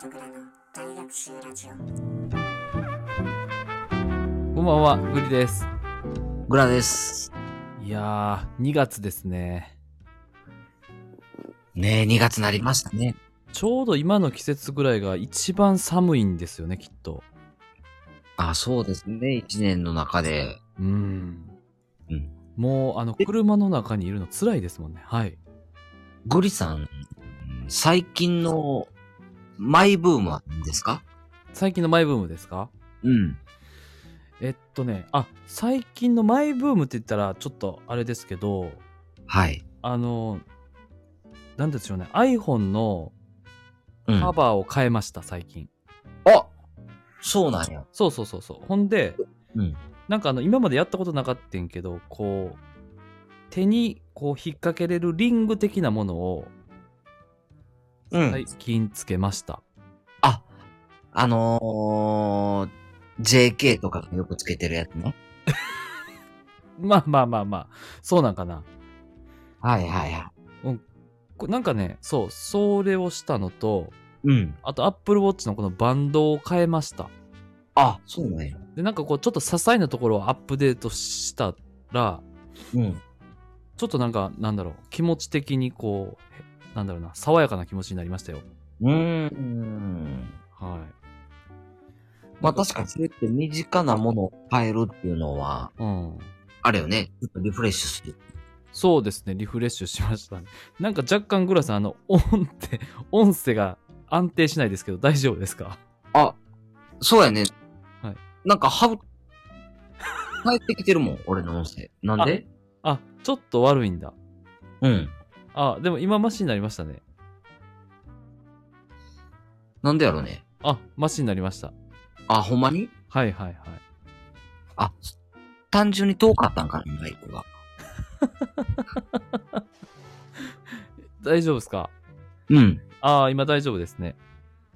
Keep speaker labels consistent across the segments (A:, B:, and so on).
A: とグラの大学習ラジオ
B: こんばんは、グリです。
C: グラです。
B: いやー、2月ですね。
C: ねえ、2月になりましたね。
B: ちょうど今の季節ぐらいが一番寒いんですよね、きっと。
C: あ、そうですね。1年の中で。
B: うーん。
C: うん
B: もう、あの、車の中にいるの辛いですもんね。はい。
C: グリさん、最近のマイブームは何ですか
B: 最近のマイブームですか
C: うん。
B: えっとね、あ、最近のマイブームって言ったら、ちょっとあれですけど、
C: はい。
B: あの、なんでしょうね、iPhone の
C: うん。
B: カ
C: あ、
B: バーを変えました、最近。
C: そうなんや。
B: そうそうそうそう。ほんで、
C: うん
B: なんかあの今までやったことなかったんけど、こう手にこう引っ掛けれるリング的なものを
C: うん
B: 最近つけました。
C: あ、あのー、JK とかがよくつけてるやつね。
B: まあまあまあまあ、そうなんかな。
C: はいはいはい。
B: こなんかね、そう、それをしたのと、
C: うん。
B: あと Apple Watch のこのバンドを変えました。
C: あ、そうなんや。
B: で、なんかこうちょっと些細なところをアップデートしたら、
C: うん。
B: ちょっとなんか、なんだろう、気持ち的にこう、なんだろうな、爽やかな気持ちになりましたよ。
C: うーん。
B: は
C: まあ確かにそうやって身近なものを変えるっていうのは、
B: い。うん。
C: あれよね。ちょっとリフレッシュする。
B: そうですね、リフレッシュしましたね。 なんか若干グラさん、あの、音って、 音声が安定しないですけど、大丈夫ですか
C: あ、そうやね。
B: はい
C: なんか、ハブ、 帰ってきてるもん、俺の音声。なんで
B: あ、ちょっと悪いんだ。
C: うん。
B: あ、でも今マシになりましたね。
C: なんでやろね。
B: あ、マシになりました。
C: あ、ほんまに
B: はいはいはい。
C: あ、単純に遠かったんかな、マイクが。
B: 大丈夫ですか
C: うん。
B: あー今大丈夫ですね。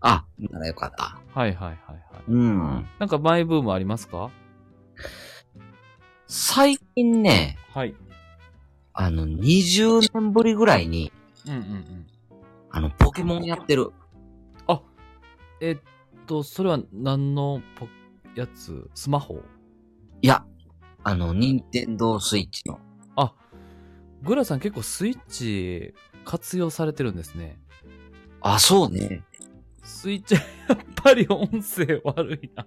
C: あ、ならよかった。
B: はいはいはいはい。
C: うん。
B: なんかマイブームありますか
C: 最近ね、
B: はい。
C: あの、20年ぶりぐらいに、
B: うんうんうん。
C: あの、ポケモンやってる。
B: えっと、それは何のポやつスマホ
C: いや、あの、ニンテンドースイッチの。
B: あ、グラさん結構スイッチ活用されてるんですね。
C: あ、そうね。
B: スイッチ、やっぱり音声悪いな。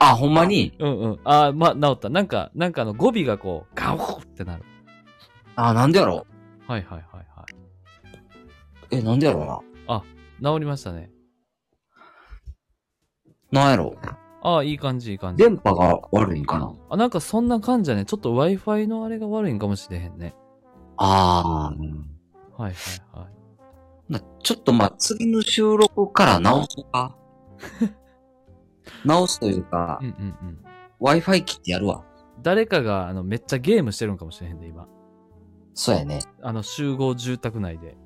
C: あ、ほんまに
B: うんうん。ああ、まあ、治った。なんか、なんかあの語尾がこう、ガオッってなる。
C: あ、なんでやろ
B: はいはいはいはい。
C: え、なんでやろな。
B: 治りましたね。
C: なんやろ
B: ああ、いい感じ、いい感じ。
C: 電波が悪いんかな
B: あ、なんかそんな感じだね。ちょっと Wi-Fi のあれが悪いんかもしれへんね。
C: ああ、うん
B: はいはいはい。
C: なちょっとまあ、次の収録から直そう か。直すというか
B: うん、うんうん。
C: Wi-Fi 切ってやるわ。
B: 誰かが、あの、めっちゃゲームしてるんかもしれへんで、今。
C: そうやね。
B: あの、集合住宅内で。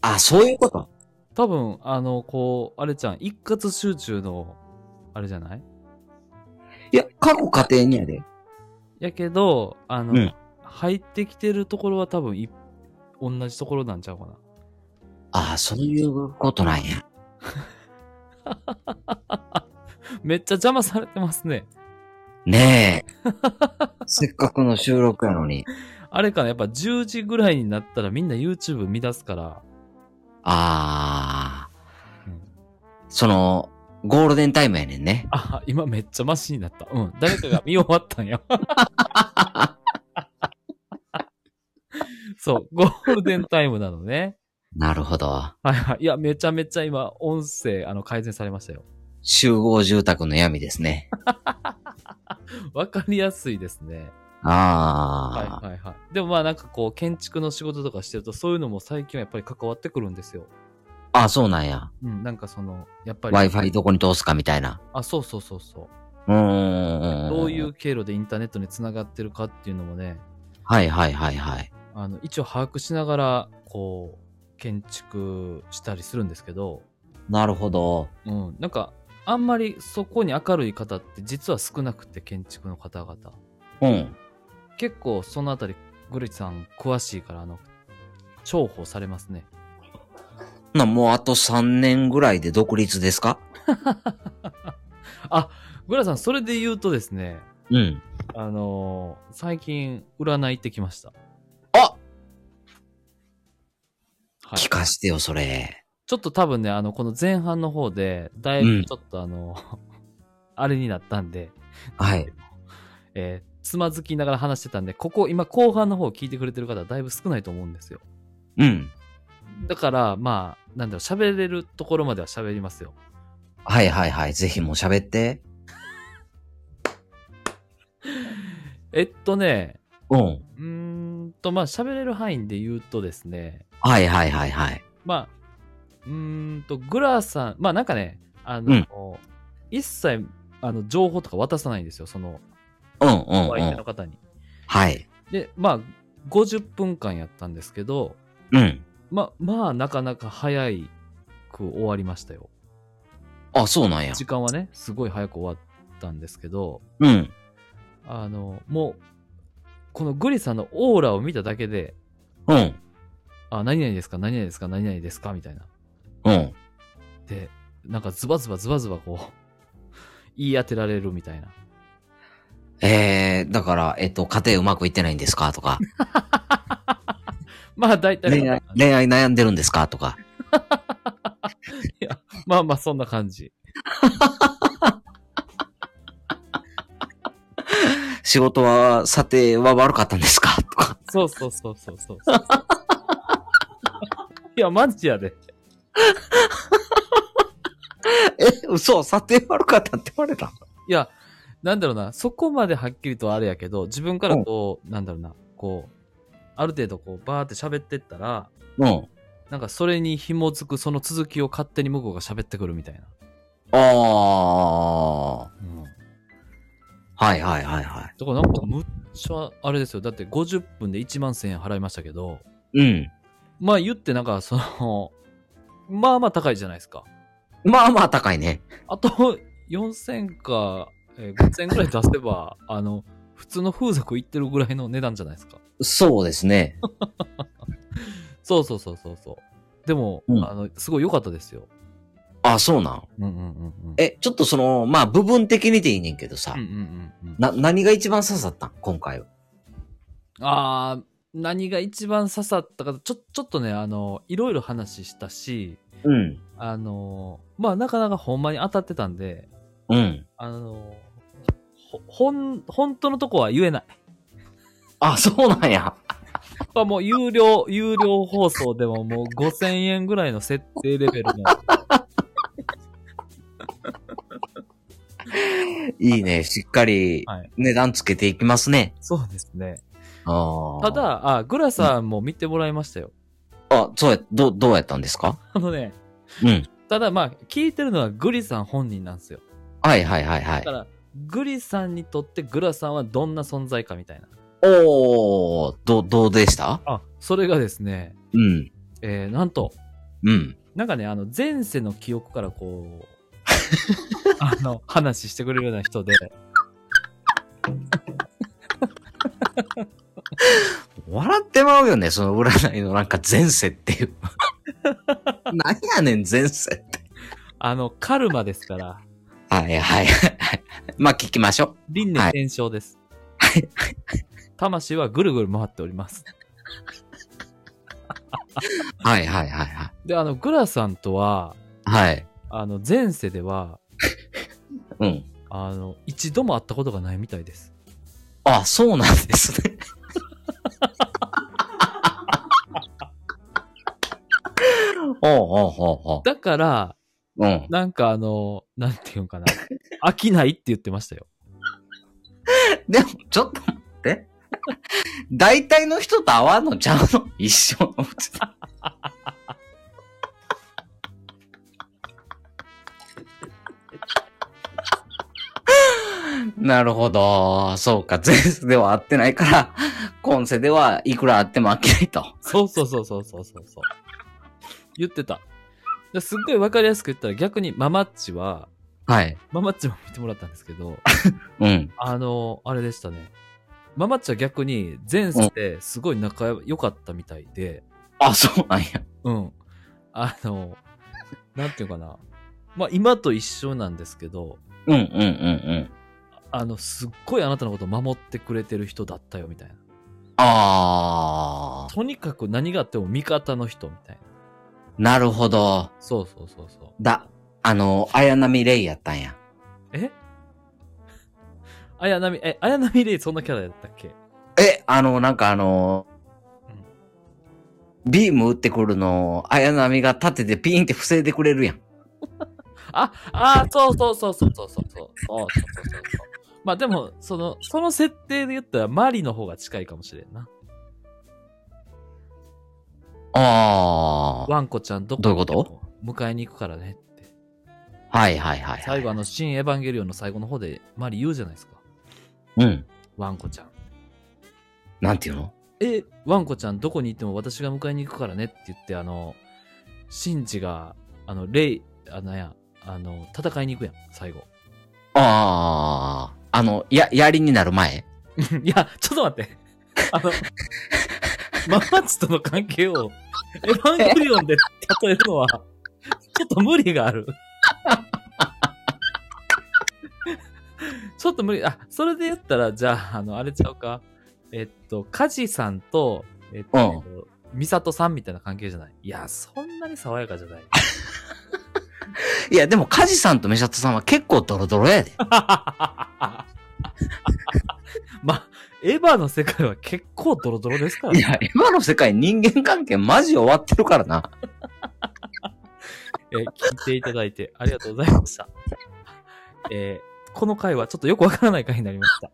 C: あ、そういうこと
B: 多分、あの、こう、あれちゃん、一括集中の、あれじゃない
C: いや、各家庭にやで。
B: やけど、あの、
C: うん
B: 入ってきてるところは多分い、同じところなんちゃうかな。
C: ああ、そういうことなんや。
B: めっちゃ邪魔されてますね。
C: ねえ。 せっかくの収録やのに。
B: あれかな、やっぱ10時ぐらいになったらみんな YouTube 見出すから。
C: ああ、
B: うん
C: その、ゴールデンタイムやねんね。
B: あ、今めっちゃマシになった。うん。誰かが見終わったんや。そう、ゴールデンタイムなのね。
C: なるほど。
B: はいはい。いや、めちゃめちゃ今、音声、あの、改善されましたよ。
C: 集合住宅の闇です ね。
B: わかりやすいですね。はい
C: ああ、
B: はいはい。でもまあなんかこう、建築の仕事とかしてると、そういうのも最近はやっぱり関わってくるんですよ。
C: ああ、そうなんや。
B: うん、なんかその、やっぱり。
C: Wi-Fi どこに通すかみたいな。
B: あ、そうそうそうそう。
C: うーん。
B: どういう経路でインターネットにつながってるかっていうのもね、
C: はいはいはいはい。
B: あの、一応把握しながら、こう、建築したりするんですけど、
C: なるほど。
B: うん、なんか、あんまりそこに明るい方って実は少なくて、建築の方々。
C: うん。
B: 結構そのあたり、グレチさん詳しいから、あの、重宝されますね。
C: な、もうあと3年ぐらいで独立ですか
B: グラさん、それで言うとですね、
C: うん。
B: あのー最近、占い行ってきました。
C: あ
B: はい、
C: 聞
B: ち
C: かしてよ、それ。
B: ょっと多分ね、あの、この前半の方で、だいぶちょっとあの、 あれになったんで、
C: はい。
B: えーつまずきながら話してたんで、ここ、今、後半の方を聞いてくれてる方、だいぶ少ないと思うんですよ。
C: うん。
B: だから、まあ、なんだろう、喋れるところまでは喋りますよ。
C: はいはいはい。ぜひもう喋って。
B: えっとね、
C: うん。
B: うーんと、まあ、喋れる範囲で言うとですね、
C: はいはいはいはい。
B: まあ、うーんと、グラさん、まあなんかね、あの、一切、あの、情報とか渡さないんですよ、その、
C: うん
B: お
C: うんう
B: 相手の
C: ん。
B: 方に。
C: はい。
B: で、まあ、50分間やったんですけど、
C: うん。
B: まあ、まあ、なかなか早く終わりましたよ。
C: あ、そうなんや。
B: 時間はね、すごい早く終わったんですけど、
C: うん。
B: あの、もう、このグリさんのオーラを見ただけで、
C: うん。
B: あ、何々ですか、何々ですか、何々ですか、みたいな。
C: うん。
B: で、なんかズバズバズバズバこう、言い当てられるみたいな。
C: えー、だから、えっと、家庭うまくいってないんですかと か、
B: まあ大体、
C: 恋愛、恋愛悩んでるんですかとか。
B: まあまあそんな感じ。
C: 仕事は、査定は悪かったんですかとか。
B: そうそうそうそうそうそう。いや、マジやで。
C: え、嘘査定悪かったって言われた
B: いや、なんだろうな、そこまではっきりとはあれやけど、自分からこう、なんだろうな、こう、ある程度こう、バーって喋ってったら、
C: うん。
B: なんかそれに紐づくその続きを勝手に向こうが喋ってくるみたいな。
C: あー。
B: うん。
C: はいはいはいは
B: だからなんかむっちゃ、あれですよ。だって50分で1万1000円払いましたけど、
C: い。うん。
B: まあ言ってなんかその、 まあまあ高いじゃないですか。
C: まあまあ高いね。
B: あと4000か、えー5000ぐらい出せば、 あの、普通の風俗行ってるぐらいの値段じゃないですか。
C: そうですね。
B: そうそうそうそうそう。でも、
C: うん
B: あの、すごい良かったですよ。
C: あ、そうなん。
B: うんうんうんうん。
C: え、ちょっとその、まあ部分的にでいいねんけどさ
B: うんう、んうんうん。
C: な、何が一番刺さったん今回は。
B: あー、何が一番刺さったか、ちょ、ちょっとね、あの、いろいろ話したし、
C: うん。
B: あの、まあなかなかほんまに当たってたんで、
C: うん。
B: あの、ほ、ほん、本当のとこは言えない。
C: あ、そうなんや。
B: まあもう有料、有料放送でももう5000円ぐらいの設定レベルの。
C: いいね。しっかり
B: はい
C: 値段つけていきますね。
B: そうですね。
C: ああ。
B: た、だ、あ、グラさんも見てもらいましたよ。
C: あ、そうや、どう、どうやったんですか
B: あのね、
C: うん。
B: ただまあ、聞いてるのはグリさん本人なんですよ。
C: はいはいはいは
B: だ
C: い
B: か。ら、グリさんにとってグラさんはどんな存在かみたいな。
C: おー、どう、どうでした
B: あ、それがですね、
C: うん。
B: えー、なんと、
C: うん。
B: なんかね、あの、前世の記憶から こう、あの、話してくれるような人で、
C: 笑ってまうよね、その占いのなんか前世っていう。何やねん、前世って。
B: あの、カルマですから、
C: はいはいはいはい。まあ聞きましょ
B: 輪廻転生です。
C: はい。
B: 魂はぐるぐる回っております。
C: う。はいはいはいはい。
B: で、あの、グラさんとは、
C: はい。
B: あの、前世では、
C: うん。
B: あの、一度も会ったことがないみたいです。
C: あ、そうなんですね。ほうほうほうほ
B: だから、
C: う。うん。
B: なんかあの、なんていうんかな。飽きないって言ってましたよ。
C: でも、ちょっと待って。大体の人と会わんのちゃうの一生のうち。なるほど。そうか。前世では会ってないから、今世ではいくら会っても飽きないと。
B: そうそうそうそうそうそうそう。言ってた。ですっごいわかりやすく言ったら逆にママッチは、
C: はい。
B: ママッチも見てもらったんですけど、
C: うん。
B: あの、あれでしたね。ママッチは逆に前世ですごい仲良かったみたいで、
C: あ、そうなんや。
B: うん。あの、なんていうかな。まあ、今と一緒なんですけど、
C: うんうんうんうん。
B: あの、すっごいあなたのことを守ってくれてる人だったよ、みたいな。
C: ああ、
B: とにかく何があっても味方の人、みたいな。
C: なるほど。
B: そうそうそうそう。
C: だ、あの、綾波レイやったんや。
B: え綾波、え、綾波レイそんなキャラだったっけ
C: え、あの、なんかあの
B: うん、
C: ビーム打ってくるのを、綾波が立ててピーンって防いでくれるやん。
B: あ、あー、そうそうそうそうそうそうそう。そうそうそうそうそう。まあでも、その、その設定で言ったらマリの方が近いかもしれんな。
C: ああ。
B: ワンコちゃんどこ
C: どういうこと
B: 行っても迎えに行くからねって。
C: はいはいはい、はい。
B: 最後あの、新エヴァンゲリオンの最後の方でマリ言うじゃないですか。
C: うん。
B: ワンコちゃん。
C: なんていうの
B: え、ワンコちゃんどこに行っても私が迎えに行くからねって言って、あの、シンジが、あの、レイ、あのや、あの、戦いに行くやん、最後。
C: ああ。あの、や、槍になる前
B: いや、ちょっと待って。あの、ママチとの関係を、エヴァンゲリオンで例えるのは、ちょっと無理がある。ちょっと無理。あ、それで言ったら、じゃあ、あの、あれちゃうか。えっと、カジさんと、えっと、ミサトさんみたいな関係じゃない。いや、そんなに爽やかじゃない。
C: いや、でも、カジさんとメシャトさんは結構ドロドロやで。
B: ま、エヴァの世界は結構ドロドロですから
C: い
B: ね。
C: や、今の世界人間関係マジ終わってるからな。
B: えー聞いていただいてありがとうございました。えーこの回はちょっとよくわからない回になりました。